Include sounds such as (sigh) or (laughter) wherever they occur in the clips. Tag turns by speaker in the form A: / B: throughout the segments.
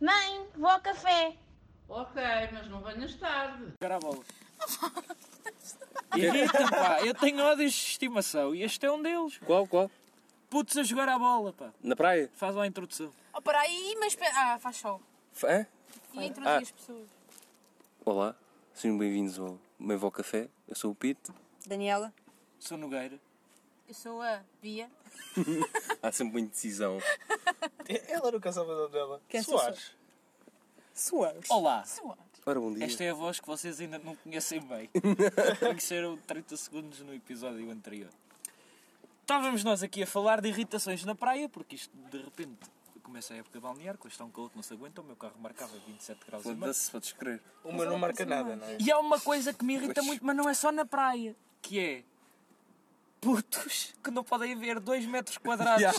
A: Mãe, vou ao café.
B: Ok, mas não venhas tarde.
C: Carabolas. Irrita-me, pá. (laughs) Eu tenho ódios de estimação e este é um deles.
D: Qual, qual?
C: Putos a jogar à bola, pá.
D: Na praia?
C: Faz lá a introdução.
E: Oh, para aí, mas. pe- Ah, faz show.
D: F- Hã?
E: E introduzir
D: Ah.
E: as pessoas.
D: Olá, sejam bem-vindos ao Meu Vó Café. Eu sou o Pito.
F: Daniela,
C: Sou Nogueira.
E: Eu sou a Bia.
D: Há sempre muita decisão.
G: Ela nunca sabe o nome dela.
F: Quem é essa
G: Soares.
F: Soares.
C: Olá.
D: Ora, bom dia.
C: Esta é a voz que vocês ainda não conhecem bem. (laughs) Conheceram 30 segundos no episódio anterior. Estávamos nós aqui a falar de irritações na praia, porque isto de repente começa a época balnear, com este um calor que não se aguenta, o meu carro marcava 27 graus e meio.
D: Foda-se, podes crer.
G: O meu não marca nada, não é?
C: E há uma coisa que me irrita
D: Pois.
C: muito, mas não é só na praia, que é putos que não podem ver 2 metros
G: (laughs)
C: quadrados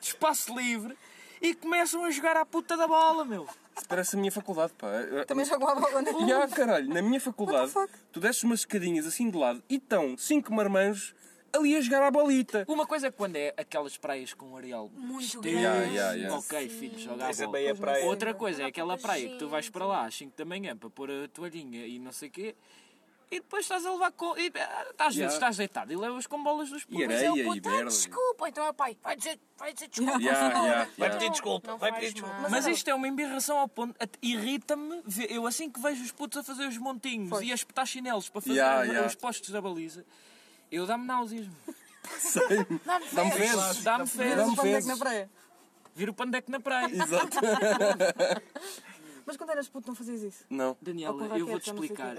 C: de espaço livre e começam a jogar à puta da bola, meu.
D: Isso parece a minha faculdade, pá.
F: Também jogo lá a bola, né?
D: Já, caralho, na minha faculdade,
F: What the
D: tu desces umas escadinhas assim de lado e estão cinco marmanjos ali a jogar à bolita.
C: Uma coisa é quando é aquelas praias com um areal
E: Muito
C: extenso.
E: grande.
D: Ya, ya, ya.
C: Ok, filho, joga a
G: Essa
C: bola.
G: bem é praia.
C: Outra coisa é aquela praia que tu vais para lá às 5 da manhã para pôr a toalhinha e não sei o quê. E depois estás a levar com. E, ah, às vezes
D: Ya.
C: estás deitado e levas com bolas dos
D: E
C: putos.
E: Mas é o
D: areia e
E: puto, ah,
D: merda.
E: desculpa, então é pai, vai dizer, vai dizer desculpa.
D: Ya, ya,
G: Vai
D: ya.
G: pedir desculpa,
E: Não
G: vai
E: faz
G: pedir desculpa.
E: mal.
C: Mas isto é uma embirração ao ponto. at- Irrita-me. ver- Eu assim que vejo os putos a fazer os montinhos e a espetar chinelos para fazer
D: Ya,
C: os,
D: ya.
C: os postos da baliza, eu dá-me náuseas. meu.
E: Dá-me
D: Dá-me
E: fé.
D: vezes.
C: Dá-me
D: Dá-me
C: fezes.
F: Quando é que
D: fezes.
F: na praia?
C: Viro o pandeco na praia.
D: Exato.
F: Mas quando eras puto não fazias isso?
D: Não.
F: Ou
C: Daniela,
F: com
C: eu vou-te
F: raquetes,
C: explicar.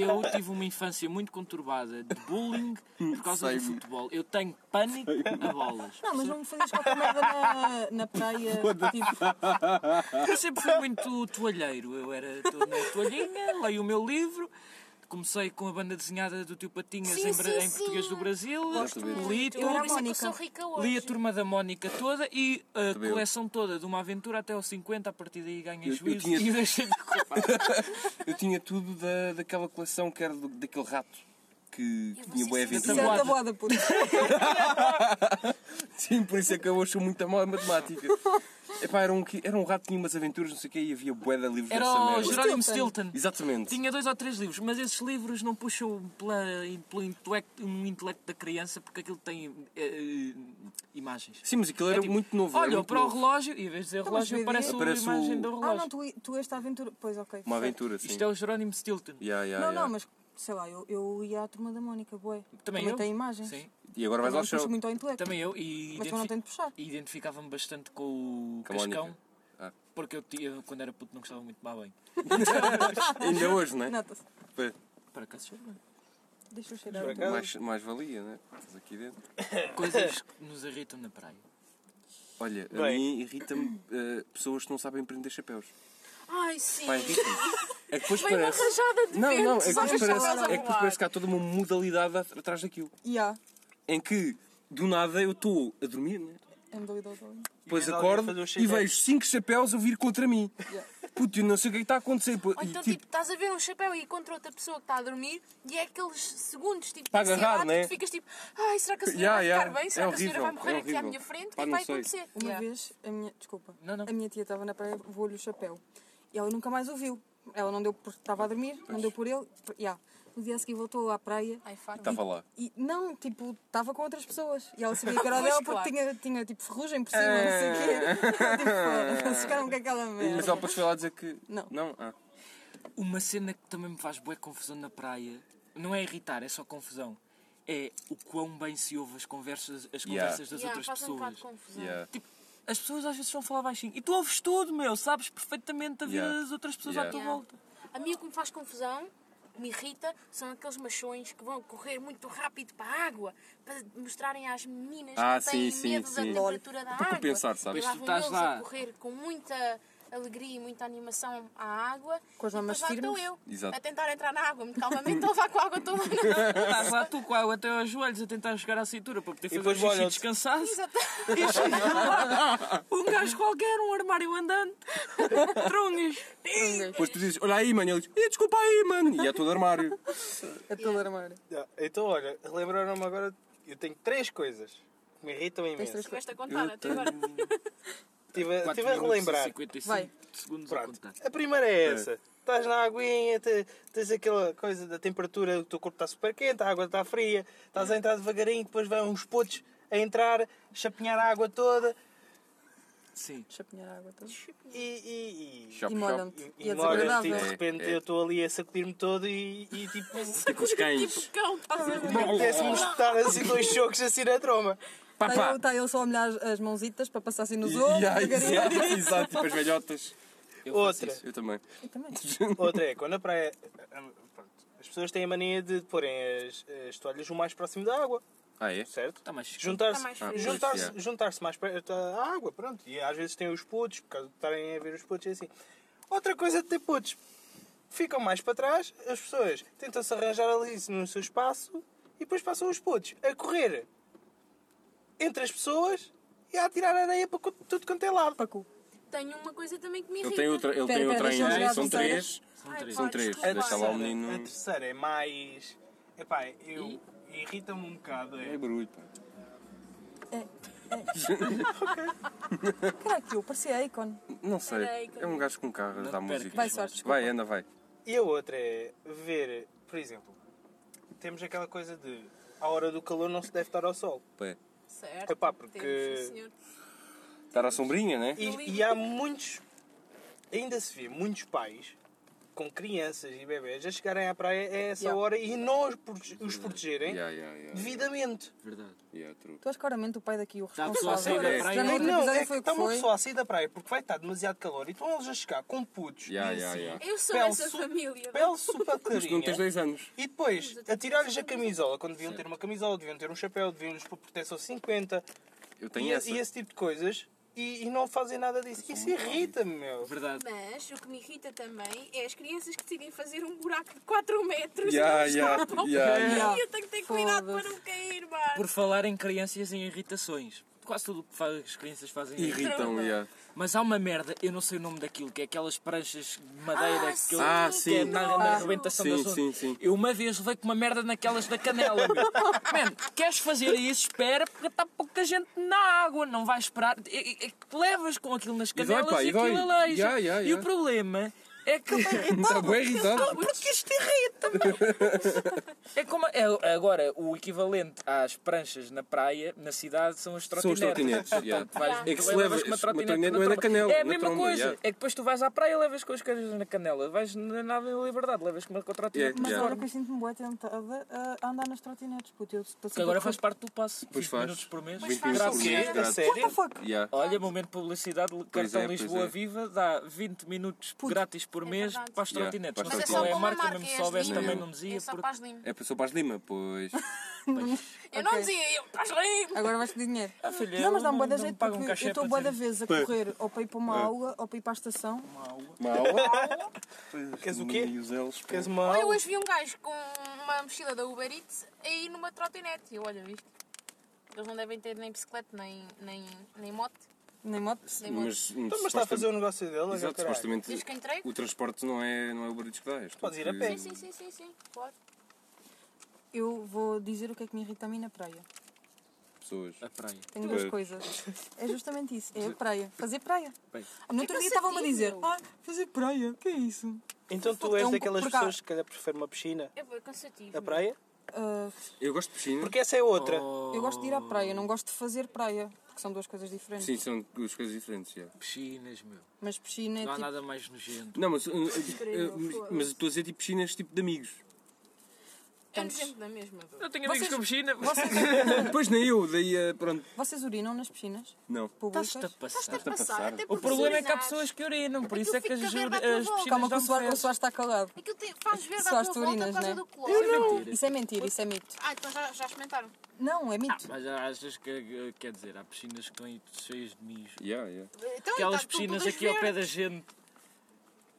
F: ou não
C: Eu tive uma infância muito conturbada de bullying por causa do
D: Sei-me.
C: futebol. Eu tenho pânico a bolas.
F: Não, mas não (laughs) fazias qualquer merda na, na (laughs) praia. Tipo,
C: Eu sempre fui muito toalheiro. Eu era to- na toalhinha, leio o meu livro. Comecei com a banda desenhada do Tio Patinhas
E: Sim,
C: em, bra-
E: sim,
C: em português
E: sim.
C: do Brasil.
D: mesmo.
C: Li
E: Eu
C: tudo.
E: era a
F: Mónica.
E: Mónica. Sou rica hoje.
C: Li a turma da Mónica toda e a
D: Também eu.
C: coleção toda de uma aventura até aos 50, a partir daí ganhei
D: Eu- eu
C: juízo
D: tinha-
C: e deixei de culpar.
D: Eu tinha tudo da, daquela coleção que era do- daquele rato que
E: Eu vou
D: tinha
E: ser
D: boa
E: sincera.
F: isso era
D: aventura. (laughs)
F: tabuada, (laughs) puto.
D: Sim, por isso é que eu sou muito mal em matemática. Epá, era um, que- era um rato que tinha umas aventuras, não sei o quê, e havia bué de livros
C: Era
D: dessa
C: o
D: merda.
C: Jerónimo
F: Stilton.
C: Stilton.
D: Exatamente.
C: Tinha dois ou três livros, mas esses livros não puxam pela, pelo intelecto, um intelecto da criança porque aquilo tem eh, eh, imagens.
D: Sim, mas aquilo era
C: É tipo,
D: muito novo. era
C: Olham
D: muito
C: para o
D: novo.
C: relógio e em vez de dizer
F: Então, mas
C: relógio
F: vê
C: aparece,
F: daí.
D: Aparece
C: a imagem
D: o-
C: do
F: Ah,
C: relógio.
F: não, tu, tu esta aventura. Pois, ok.
D: Uma
F: sei.
D: aventura, sim.
C: Isto é o Jerónimo Stilton.
D: Ya, ya,
F: Não,
D: ya.
F: não, mas sei lá, eu, eu ia à turma da Mónica, boé.
C: Também, eu.
F: tem imagens.
C: Sim,
D: E agora vais
F: não
D: ao
F: puxo
D: show.
F: muito ao intelecto.
C: também eu. E
F: Mas tu não
C: identifi-
F: tem de puxar.
C: e identificava-me bastante com o
D: Com a Mónica.
C: Cascão.
D: Ah.
C: Porque eu, tinha- eu, quando era puto, não gostava muito de má bem.
D: Ainda hoje, não é?
F: Nota-se.
D: Pois,
C: Para acaso, cheiro bem.
F: Deixa eu cheirar.
G: Por acaso?
D: Mais, mais valia, não é? Estás aqui dentro.
C: coisas que nos irritam na praia.
D: Olha, a
G: Bem.
D: mim irrita-me eh, pessoas que não sabem prender chapéus.
E: Ai, sim.
D: Pá, irrita-me. É que depois
E: Vem uma
D: parece.
E: rajada de
D: Não,
E: vento.
D: não, é que
E: só
D: depois
E: as
D: parece,
E: pessoas a
D: é que depois
E: voar.
D: parece que há toda uma modalidade at- atrás daquilo.
F: E há.
D: Em que, do nada, eu estou a dormir, né?
F: É modalidade ao olho.
D: depois
G: vês alguém
D: acordo
G: fazer o
D: e
G: cheiro.
D: vejo cinco chapéus a vir contra mim. Puto, eu não sei o que é que está a acontecer. pô.
E: Ou
D: E,
E: então,
D: tipo,
E: tipo, estás a ver um chapéu e contra outra pessoa que está a dormir e é aqueles segundos, tipo, de
D: Para agarrar,
E: ansiedade
D: né?
E: que tu ficas tipo, ai, será que a senhora
D: Ya,
E: vai
D: ya,
E: ficar bem? Será
D: é
E: que a senhora vai
D: horrível,
E: morrer aqui
D: é
E: à
D: horrível.
E: minha frente? O
D: Pá,
E: que
D: não
E: vai
D: sei.
E: acontecer?
F: Uma
E: Ya.
F: vez, a minha. Desculpa.
C: Não, não.
F: A minha tia estava na praia, voou-lhe o chapéu. E ela nunca mais ouviu. Ela não deu por. Estava a dormir, não deu por ele. por- Ya. No dia a seguir voltou à praia.
E: Ai, fardo.
D: estava lá.
F: E não, tipo, estava com outras pessoas. E ela sabia que era
E: Pois,
F: dela porque
E: claro.
F: tinha, tinha tipo ferrugem por cima, não sei o quê. (laughs) tipo, eles ficaram com aquela
D: Mas ela
F: merda.
D: depois foi lá dizer que.
F: Não.
D: Não? Ah.
C: Uma cena que também me faz bué confusão na praia, não é irritar, é só confusão, é o quão bem se ouve as conversas, as
D: Yeah.
C: conversas das
E: Ya,
C: outras
E: faz um bocado
C: pessoas.
E: de confusão.
D: Yeah.
C: tipo, as pessoas às vezes vão falar baixinho e tu ouves tudo, meu, sabes perfeitamente a vida
D: Yeah.
C: das outras pessoas à
D: Yeah.
C: tua
E: Yeah.
C: volta.
E: A mim o que me faz confusão, me irrita, são aqueles machões que vão correr muito rápido para a água para mostrarem às meninas
D: Ah,
E: que têm
D: sim, sim,
E: medo
D: sim.
E: da temperatura da
D: Para
E: água.
D: compensar,
E: E
C: Pois
D: sabes?
E: lá
C: tu
E: vão
C: estás
E: eles
C: lá.
E: a correr com muita alegria e muita animação à água.
F: Com
E: e depois
F: as mamas
E: lá estou
F: firmes.
E: eu
D: Exato.
E: a tentar entrar na água, muito calmamente, (laughs) a levar com a água
D: (laughs)
E: toda na
C: Estás Ah, lá tu com a água até aos joelhos a tentar chegar à cintura para poder fazer
G: depois
C: um xixi e
G: molham-te.
C: descansar. (laughs) E chega lá um gajo qualquer, um armário andante, (laughs) trungas.
D: Depois tu dizes, olha aí, mano. Ele diz, "Ih, desculpa aí, mano. E é todo armário.
F: É todo armário.
G: Ah, Então, olha, lembraram-me agora, eu tenho três coisas que me irritam imenso.
E: Tiveste a contar até agora.
G: Estive a-
C: Quatro
G: estive a
C: minutos e
G: relembrar.
C: 55
F: Vai.
C: segundos a
G: Pronto.
C: contar.
G: A primeira é essa. Estás na aguinha, te- tens aquela coisa da temperatura, o teu corpo está super quente, a água está fria, estás a entrar devagarinho, depois vão uns potos a entrar, chapinhar a água toda
C: Sim.
F: Chapinhar a água toda.
G: e. e,
F: E
G: e...
H: Shop, shop.
F: molham-te. E é
G: molha-te, e tipo,
F: desagradável.
G: de repente
H: É, é.
G: eu estou ali a sacudir-me todo e, e tipo.
C: (laughs)
H: Tipo os cães.
E: (laughs) Cão, estás a ver?
G: Pudéssemos estar assim dois chocos assim na troma.
F: Está
H: Papá.
F: ele, tá ele só a molhar as- as mãozitas para passar assim nos
D: (laughs) E-
F: olhos.
D: yeah,
F: devagarinho.
D: exato, exato, tipo as velhotas.
C: Eu faço
G: Outra.
C: isso.
D: Eu também.
F: Eu
D: (laughs)
F: também.
G: Outra é, quando a praia. pronto, as pessoas têm a mania de porem as, as toalhas o mais próximo da água,
H: Ah, é?
G: certo?
C: Tá, mas
G: Juntar-se
E: mais
H: frio.
G: juntar
H: Ah, pois,
G: juntar
H: é.
G: juntar-se mais perto à água, pronto. E às vezes têm os putos, por causa de estarem a ver os putos e assim. Outra coisa de ter putos. Ficam mais para trás, as pessoas tentam-se arranjar ali no seu espaço e depois passam os putos a correr entre as pessoas e a atirar areia para co- tudo quanto é lado.
F: Pacu.
E: Tenho uma coisa também que me
H: Ele
E: irrita.
H: tem outra, ele tem
F: Pera,
H: outra
F: pera, deixa eu
H: ainda.
F: jogar
H: São
F: as
H: três.
E: Ai, pá,
H: São três.
F: É
E: desculpa.
H: Deixa lá o
G: A
H: menino.
G: terceira é mais. Epá, eu. Irrita-me um bocado. É.
D: É barulho, pá.
F: Caraca, eu parecia a Icon.
D: Não sei.
E: Peraí, que-
D: É um gajo com carro a dar música.
F: Vai, Soares, desculpa.
D: Vai, anda, vai.
G: E a outra é ver, por exemplo, temos aquela coisa de à hora do calor não se deve estar ao sol.
D: Pé.
E: Certo.
G: Epá,
E: Temos, sim,
G: porque.
E: senhor.
D: Estar à sombrinha, né?
G: E, e há muitos. Ainda se vê muitos pais com crianças e bebés a chegarem à praia a essa
F: Yeah.
G: hora e não os, prote- os protegerem
H: Yeah, yeah, yeah.
G: devidamente.
C: Verdade.
H: Yeah, true.
F: Tu és claramente o pai daqui, o
C: Dá a pessoa a
F: responsável.
C: sair da
F: Já
C: praia.
F: no outro
G: não, é
F: episódio
G: que
F: foi o
G: está
F: que
G: uma
F: foi.
G: pessoa a sair da praia porque vai estar demasiado calor e estão eles a chegar com putos
H: Yeah,
G: e
H: yeah,
G: assim,
H: yeah.
E: Eu sou
G: Pele
E: essa
G: su-
E: família.
G: pele super
D: Mas tu não tens
G: clarinha.
D: 10 anos.
G: E depois, atirar-lhes a camisola, quando deviam ter uma camisola, deviam ter um chapéu, deviam-lhes pôr proteção 50
D: Eu tenho
G: e,
D: essa. é
G: e esse tipo de coisas e, e não fazem nada disso. Isso irrita-me, meu.
C: Verdade.
E: Mas o que me irrita também é as crianças que decidem fazer um buraco de 4 metros
D: Yeah,
E: e eles
D: yeah,
E: tapam. (laughs)
D: yeah,
F: yeah.
E: e eu tenho que ter cuidado para
F: Foda-se.
E: não cair, mano.
C: Por falar em crianças e em irritações. Quase tudo o que faz- as crianças fazem irrita.
D: Irritam, yeah.
C: Mas há uma merda, eu não sei o nome daquilo, que é aquelas pranchas de madeira
E: Ah,
C: que, eu-
D: Ah,
C: que é
D: sim.
C: na, na arrebentação
D: Sim,
C: da zona.
D: sim, sim.
C: Eu uma vez levei com uma merda naquelas da canela. meu.
D: (laughs)
C: Mano, queres fazer isso? Espera, porque está pouca gente na água, não vais esperar. É, é- é que levas com aquilo nas
D: dói,
C: canelas e,
D: pá, e
C: aquilo
D: dói.
C: aleija.
D: Ya, ya,
C: E
D: ya.
C: o problema é que.
D: Está Tá bem irritado.
C: Porque isto irrita-me.
D: (laughs)
C: É como. É, agora, o equivalente às pranchas na praia, na cidade, são as
D: São os
C: trotinetes.
D: trotinetes. yeah.
C: Vais,
D: É que
C: tu
D: se
C: levas
D: leva.
C: com uma
D: Uma
C: trotinete
D: trotinete não é na
C: tromba.
D: canela.
C: É a
D: na
C: mesma
D: tromba,
C: coisa.
D: yeah.
C: É que depois tu vais à praia e levas com as coisas na canela. Vais na nave em liberdade, levas com uma com a trotinete.
D: Yeah,
F: Mas
D: yeah.
F: agora que eu sinto-me boa tentada a andar nas trotinetes, puto. Eu estou
C: Que agora faz parte do passo.
D: Pois
C: 20
D: faz.
C: minutos por mês.
D: Pois
E: faz.
D: faz.
E: Por
G: quê?
D: Graças.
G: É A assim, sério?
F: fuck?
D: Yeah.
C: Olha, momento de publicidade, cartão
D: é, pois
C: Lisboa
D: é.
C: Viva dá 20 minutos grátis por mês
E: verdade.
C: para as
D: Yeah,
C: trotinetes.
D: para as
C: Não sei
D: trotinetes.
C: qual
D: Mas
C: é
E: só
C: a
D: é
E: uma
C: marca,
E: marca,
C: mesmo
E: é
C: se soubesse
E: Slim.
C: também não dizia.
E: É só
C: porque-
E: para as limas.
D: É para sou para as Lima, pois.
E: Eu não dizia, eu para as limas.
F: Agora vais pedir dinheiro.
C: Ah, filha,
F: não, mas dá-me boa da
C: não
F: jeito
C: me pagam
F: porque
C: cachê
F: eu estou
C: para
F: boa da
C: dizer-
F: vez a correr ou para ir para uma aula ou para ir para a estação.
D: Mal.
G: Queres o quê?
D: E os elos. pá.
G: Queres uma.
E: Olha, eu hoje vi um gajo com uma mochila da Uber Eats a ir numa trotinete. E eu, olha, viste? Eles não devem ter nem bicicleta, nem, nem, nem moto.
F: Nem moto.
E: Nem moto.
D: Mas. hum,
G: Então, mas está a fazer um o negócio dele, olha,
D: Exato,
G: caralho.
D: supostamente.
E: Diz que entrei?
D: O transporte não é, não é o barulho que dá.
G: Podes ir a pé.
E: Sim, sim, sim, sim, sim. Claro.
F: Eu vou dizer o que é que me irrita a mim na praia.
D: Pessoas.
G: Ah.
C: A praia.
F: Tenho duas
D: Pois.
F: coisas. É justamente isso. É a praia. Fazer praia.
C: Bem.
F: No outro dia estavam-me a dizer, ah, fazer praia, o que é isso?
G: Então tu
F: É
G: és
F: um
G: daquelas
F: por cá.
G: pessoas que se calhar prefere uma piscina
E: Eu vou, é cansativo.
G: na praia?
F: Ah,
D: Eu gosto de piscina.
G: Porque essa é outra.
D: Oh.
F: eu gosto de ir à praia, não gosto de fazer praia, porque são duas coisas
G: é-
F: diferentes.
D: Sim, são duas coisas diferentes. yeah.
C: Piscinas, meu.
F: Mas piscina é
C: Não há
F: tipo.
C: nada mais nojento.
D: Não, mas, uh, uh, uh, mas- mas eu estou a dizer tipo piscinas tipo de amigos. (laughs)
E: É nojento da mesma.
C: Eu tenho amigos com piscina. (laughs)
D: Depois nem eu, daí eh, pronto.
F: Vocês urinam nas piscinas
D: Não.
F: públicas?
C: Estás-te a passar.
E: Passar,
D: passar.
E: até
C: O
E: porque
C: problema é que há
E: urinares.
C: pessoas que urinam, por isso é que
E: fica
C: as, as
E: verde à tua volta.
C: piscinas
F: Calma, que o
C: dão
F: suor, o
C: fezes.
F: suar está calado.
E: Aquilo te faz verde à
F: Só as
E: tua volta
F: urinas,
E: por causa
F: né?
E: do cloro.
F: Isso é mentira, isso é mito.
E: Ah, então já, já experimentaram.
F: Não, é mito.
E: Ah,
C: Mas achas que, quer dizer, há piscinas que estão cheias de mijo.
D: Yeah, yeah.
E: Então,
C: Aquelas
E: estão
C: piscinas
E: todas
C: aqui ao pé
E: verdes.
C: da gente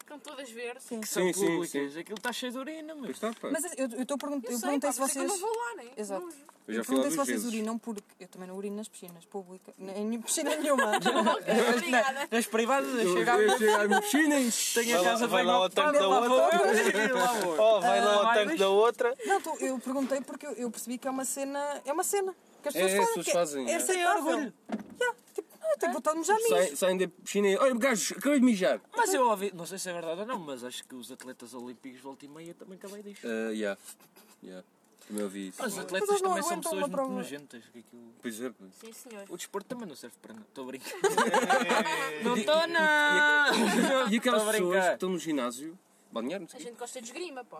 E: Estão todas verdes.
C: que são
D: Sim, sim,
C: públicas,
D: sim.
C: aquilo está cheio de urina, meu.
D: Pois está, pá.
F: Mas eu estou a perguntar,
E: sei,
F: eu perguntei
E: pá,
F: se
E: por isso é que
F: vocês.
E: Eu não vou lá, né?
F: Exato.
E: Não-
D: eu
F: Eu
D: já fui lá
F: perguntei se
D: duas
F: vocês
D: vezes.
F: urinam porque. Eu também não urino nas piscinas públicas. Em piscina nenhuma.
E: (laughs) Obrigada.
C: Nas privadas, é eu
D: Eu
C: chego à-
D: eu chego à minha
F: (laughs)
D: piscina e
C: tenho a
G: Vai lá-
C: casa
G: vai
C: bem
G: lá ao
C: ocupada,
G: tanque da
C: lá
G: outra.
C: vou eu, lá vou eu.
G: (laughs) Oh, vai lá ao
C: Ah,
G: tanque
C: mas-
G: da outra.
F: Não, tô- eu perguntei porque eu, eu percebi que é uma cena. É uma cena. Que as
D: É,
F: pessoas
D: é, as
F: fazem.
D: pessoas
F: que
D: fazem,
F: É,
D: é.
F: aceitável.
C: orgulho.
F: Yeah, tipo, não, até
E: É.
F: botar-nos já
D: Saem,
F: nisso.
D: saem da piscina e. Olha, gajos, acabei de mijar.
C: Mas eu ouvi, não sei se é verdade ou não, mas acho que os atletas olímpicos volta e meia também acabei disto.
D: Ah, yeah. Yeah. Também ouvi isso.
C: Os
F: Mas
C: atletas
F: não
C: também são
F: aguentam
C: pessoas
F: uma
C: muito
F: prova.
C: nojentas. Que aquilo...
D: Pois é, pois.
E: Sim, senhor.
C: O desporto também não serve para nada. Estou a brincar. não estou, não!
D: Ah, E aquelas
C: Tô a brincar.
D: pessoas que estão no ginásio, balneário, não
E: A
D: sei o quê,
E: gente gosta de esgrima, pô.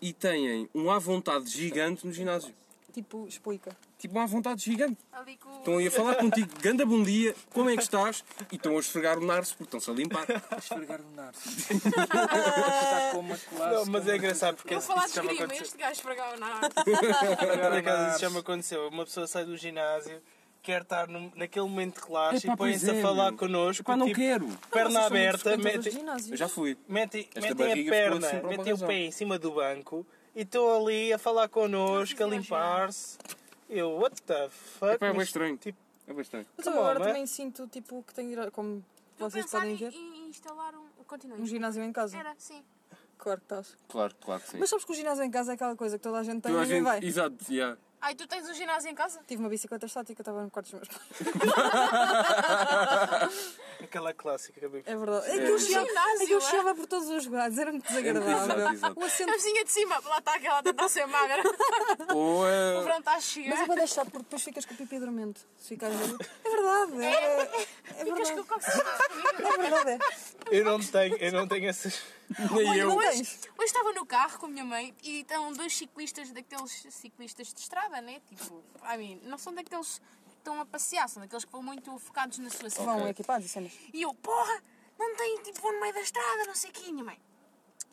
D: e têm um à vontade gigante no ginásio.
F: Tipo, explica.
D: Tipo, um à vontade gigante.
E: Ali com
C: Então,
D: Estão aí a falar contigo, ganda bom dia, como é que estás? E estão a esfregar o narço porque estão-se a limpar.
C: Esfregar o narco. Está com uma classe.
G: Não, mas é engraçado porque
E: Eu
G: isso
E: vou falar de
G: já me
E: esgrima,
G: aconteceu.
E: este gajo esfregava na arte.
G: Por acaso isso já me aconteceu. Uma pessoa sai do ginásio, quer estar num- naquele momento de relaxe
D: Epá,
G: e põe-se
D: pois é,
G: a falar
D: meu.
G: connosco.
D: Epá, não
G: tipo,
D: quero.
G: Perna
F: Vocês são muito
G: aberta,
F: frequentadores de
G: metem
F: ginásio.
D: Eu já fui.
G: mete,
D: Esta
G: metem a
D: barriga ficou
G: perna,
D: assim por uma
G: metem o
D: razão.
G: pé em cima do banco e estão ali a falar connosco, a
E: Não consigo imaginar.
G: limpar-se. Eu, what the fuck?
D: Epá, é bem
G: Mas,
D: estranho.
G: Tipo,
D: É bastante.
F: Mas
G: Tá
F: eu
G: bom,
F: agora
G: não é?
F: também sinto, tipo, que tenho de ir, a- como
E: Estou a
F: vocês
E: pensar
F: podem
E: em,
F: ver,
E: em instalar um. Continua.
F: um ginásio em casa.
E: Era, sim.
F: Claro que estás.
D: Claro, claro que sim.
F: Mas sabes que o ginásio em casa é aquela coisa que toda a gente tem e
D: Toda a
F: ninguém
D: gente-
F: vai.
D: Exato, yeah.
E: Ai, tu tens um ginásio em casa?
F: Tive uma bicicleta estática, estava no quarto dos meus pais.
G: aquela clássica que eu
F: É verdade. Aquilo chiava,
E: Ginásio,
F: aquilo
E: é?
F: chiava por todos os lugares, era muito
D: exato,
F: desagradável.
D: exato.
F: O
E: A
F: assento
E: vizinha de cima, lá está aquela a tentar ser
F: (laughs)
E: magra.
D: Ou
E: O tá
D: é.
E: verão está a
F: Mas é
E: chegar.
F: para deixar, porque depois ficas com o pipi dormente. Se ficares ali. É verdade, é, é
E: Ficas com
F: verdade.
E: o coxo.
F: É verdade, é.
G: Eu não tenho, eu não tenho essas.
D: Nem eu.
F: Não
E: Hoje,
F: tens?
E: hoje estava no carro com a minha mãe e estão dois ciclistas daqueles ciclistas de estrada, né? Tipo, a mim, não são daqueles que estão a passear, são daqueles que vão muito focados na sua saúde.
F: Vão equipados e cenas.
E: E eu, porra, não tem tipo vou no meio da estrada, não sei o quê, minha mãe.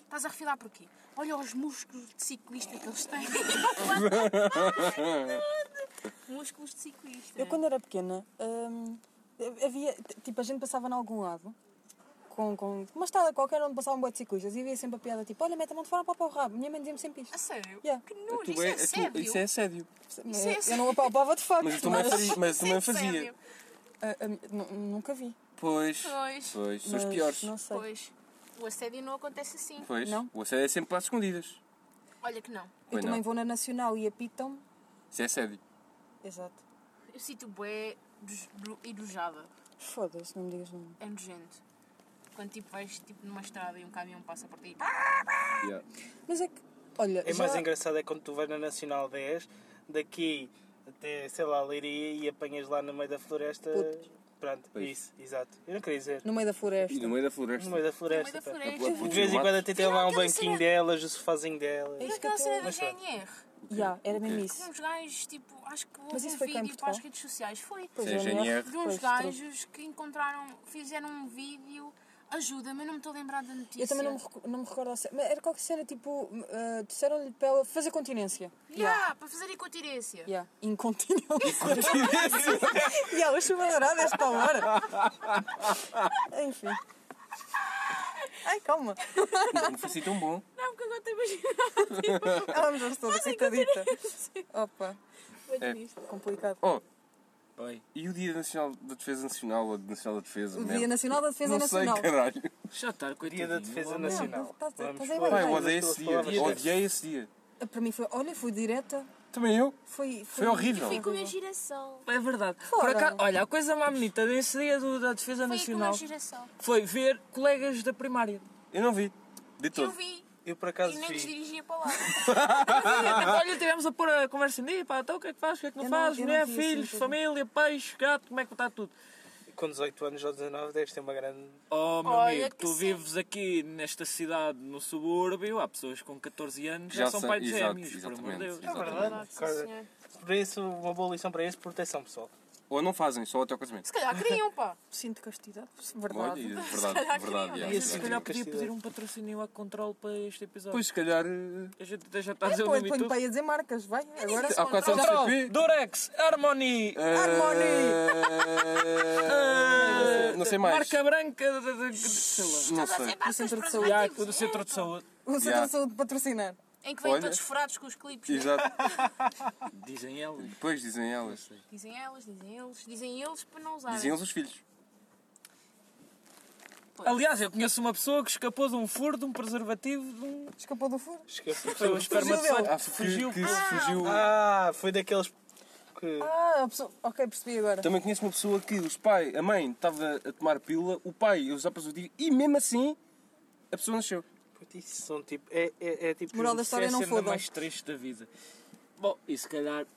E: Estás a refilar porquê? Olha os músculos de ciclista que eles têm. (laughs) músculos de ciclista.
F: Eu quando era pequena, hum, havia, t- tipo, a gente passava em algum lado, com, com uma estrada qualquer onde passavam boa de ciclistas, e havia sempre a piada tipo, olha, mete a mão de fora para o rabo. Minha mãe dizia-me sempre isto.
E: A sério?
F: Yeah.
E: Que nojo,
D: Tu
E: isso é,
D: é- é tu-
E: sério?
D: Isso é assédio.
F: Ah,
E: Isso é
F: Eu- eu não apalpava de facto,
D: Mas
F: mas,
D: eu também faria. Mas eu também
E: Isso é
D: fazia.
E: sério.
F: a- a mi- nu- nunca vi.
D: Pois.
E: Pois,
D: Pois. São os
F: Mas
D: piores.
F: Não sei.
E: pois. O assédio não acontece assim.
D: Pois.
F: Não?
D: O assédio é sempre às escondidas.
E: Olha que não.
F: Eu
D: Pois
F: também
D: não.
F: vou na Nacional e apitam-me.
D: Isso é assédio.
F: Exato.
E: Eu sinto bué dos- do- enojada.
F: Foda-se, não me digas nada.
E: É nojento. Quando tipo vais tipo, numa estrada e um caminhão passa por ti.
D: Yeah.
F: Mas é que, olha,
G: É
F: já-
G: mais engraçado é quando tu vais na Nacional 10, daqui até, sei lá, Leiria e apanhas lá no meio da floresta.
F: Putos.
G: Pronto,
D: Pois.
G: isso, exato. Eu não queria dizer.
F: no meio da floresta.
D: E no meio da
G: No
D: floresta.
G: meio da
E: No meio
G: floresta.
E: da
D: tá-
G: pá.
E: floresta.
D: Pô,
G: De vez em
D: Mato. (laughs)
G: quando até tem lá um
E: Aquela
G: banquinho
E: cena-
G: delas, o sofazinho delas.
F: É isso que eu
E: Aquela
F: estou-
E: cena da
G: Mas pronto.
E: GNR.
F: Já, era mesmo
E: Com
F: isso.
E: uns gajos, tipo, acho que houve
F: Mas isso
E: um
F: foi cá em
E: vídeo para as
F: Portugal?
E: redes sociais. Foi.
F: Pois
D: Sim, GNR.
E: De uns
F: pois, tudo.
E: gajos que encontraram, fizeram um vídeo. Ajuda, mas não me estou a lembrar da notícia.
F: Eu também não me, recu- não me recordo a cena. Mas era qualquer cena tipo. ah, Disseram-lhe para ela fazer continência.
E: Yeah, para fazer incontinência.
F: Yeah. Incontinência. (laughs) yeah, hoje vai adorar desta hora. (laughs) Enfim. Ai, calma.
D: Não foi assim tão bom.
E: Não, porque agora estou a
F: Ela me gostou, coitadita. Opa,
D: É.
E: imaginar nisto.
F: complicado.
D: Oh,
C: Oi.
D: e o Dia Nacional da Defesa Nacional ou de Nacional da Defesa?
F: O
D: merda?
F: Dia Nacional da Defesa
D: não
F: Nacional.
D: sei, caralho.
C: Já está, coitadinho.
G: Dia da Defesa
C: Vamos lá.
G: Nacional.
F: tá- tá-
G: Vamos
F: tá bem
G: falar
D: Pá, eu
G: das
D: odeio
G: tuas
D: esse dia.
G: palavras.
D: Odiei esse dia.
F: Para mim foi. Olha, foi direta.
D: Também eu.
F: Foi.
D: Foi horrível.
E: Fui comer girassol.
C: É verdade. Por
F: Fora.
C: acaso, olha, a coisa mais bonita desse dia do- da Defesa
E: Fui comer
C: Nacional
E: girassol.
C: foi ver colegas da primária.
D: Eu não vi. De
E: Eu
D: todo.
E: vi.
G: Eu por
E: E é
G: acaso
E: nem nos
G: vi.
E: dirigia para lá.
C: Olha, tivemos a pôr a conversa em dia, pá, então o que é que faz, o que é que não
F: Eu não-
C: faz,
F: eu não
C: mulher,
F: vi isso,
C: filhos,
F: não vi.
C: família, peixe, gato, como é que está tudo?
G: Com 18 anos ou 19 deves ter uma grande.
C: Oh, meu
E: Olha
C: amigo,
E: que
C: tu
E: sim.
C: vives aqui nesta cidade, no subúrbio, há pessoas com 14 anos já,
D: Já
C: são
D: são-
C: pai de
D: exato,
C: gêmeos, por amor de
D: exatamente,
C: Deus.
D: exato.
E: É Verdade, sim,
G: Cara,
E: senhor.
G: Por isso, uma boa lição para isso, proteção pessoal.
D: Ou não fazem, só até o casamento.
E: Se calhar queriam, pá.
F: Sinto castidade.
D: Olha,
F: Verdade.
E: calhar
D: verdade, verdade.
E: queriam,
D: yeah,
E: não é?
C: E se
D: yeah.
C: calhar podia pedir um patrocínio a controle para este episódio.
D: Pois, se calhar. eh,
C: A gente até já está a dizer o
F: Põe-
C: nome e
F: Põe-me para
C: tudo.
F: aí a dizer marcas, vai. Agora.
D: Há quase um
E: Control.
D: ao
C: Control,
D: CP.
C: Durex, Harmony, (laughs)
D: Eh, Não sei mais.
C: marca branca, de- de- de- sei lá.
D: Não
E: Estás a
D: sei.
E: ser barcas
F: centro de
E: para
F: saúde.
C: Já,
E: ativos,
C: do
E: é,
C: centro de
E: pá.
C: saúde.
F: Um centro
D: Yeah.
F: de saúde patrocinar.
E: Em que vêm
D: Olha.
E: todos furados com os clipes. né?
D: Exato.
C: Dizem eles.
D: Depois dizem elas.
E: Dizem elas, dizem eles, dizem eles para não usarem.
D: Dizem eles os filhos.
C: Aliás, eu conheço uma pessoa que escapou de um furo, de um preservativo, de um.
F: Escapou do furo.
C: (laughs)
G: Esqueci.
C: Foi um espermatozoide
D: Ah,
C: que fugiu.
D: que fugiu.
G: Ah, foi daqueles. que.
F: Ah, a pessoa... ok, percebi agora.
D: Também conheço uma pessoa que os pai, a mãe estava a tomar pílula, o pai a usar preservativo e mesmo assim a pessoa nasceu.
G: Puto, isso são tipo. É, é, é tipo.
F: Moral da
C: Isso é
F: história
C: a
F: não
C: cena
F: foda.
C: mais triste da vida. Bom, e se calhar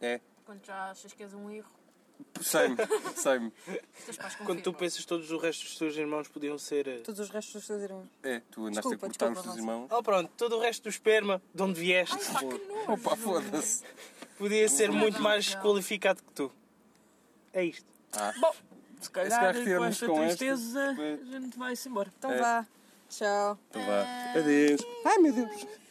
D: É,
E: Quando já achas que és um erro,
D: (laughs) sei-me, sei-me.
E: os teus pais
G: Quando tu
E: confirmam.
G: pensas todos os restos dos teus irmãos podiam ser. eh,
F: Todos os restos dos seus irmãos.
D: É, tu andaste
F: Desculpa,
D: a cortar os
F: desculpa,
D: teus
F: Gonçalo.
D: irmãos.
G: Oh pronto, todo o resto do esperma, de onde vieste,
E: Ai, pá, que nojo.
D: Opa, foda-se.
G: podia ser muito mais
E: não.
G: qualificado que tu. É isto.
C: Bom, se
D: Se
C: calhar
D: calhar
C: com
D: retiramos
C: esta
D: com esta.
C: tristeza a gente vai-se embora.
F: Então
D: É.
F: vá. Tchau.
D: Então vá. Adeus. Ai meu Deus.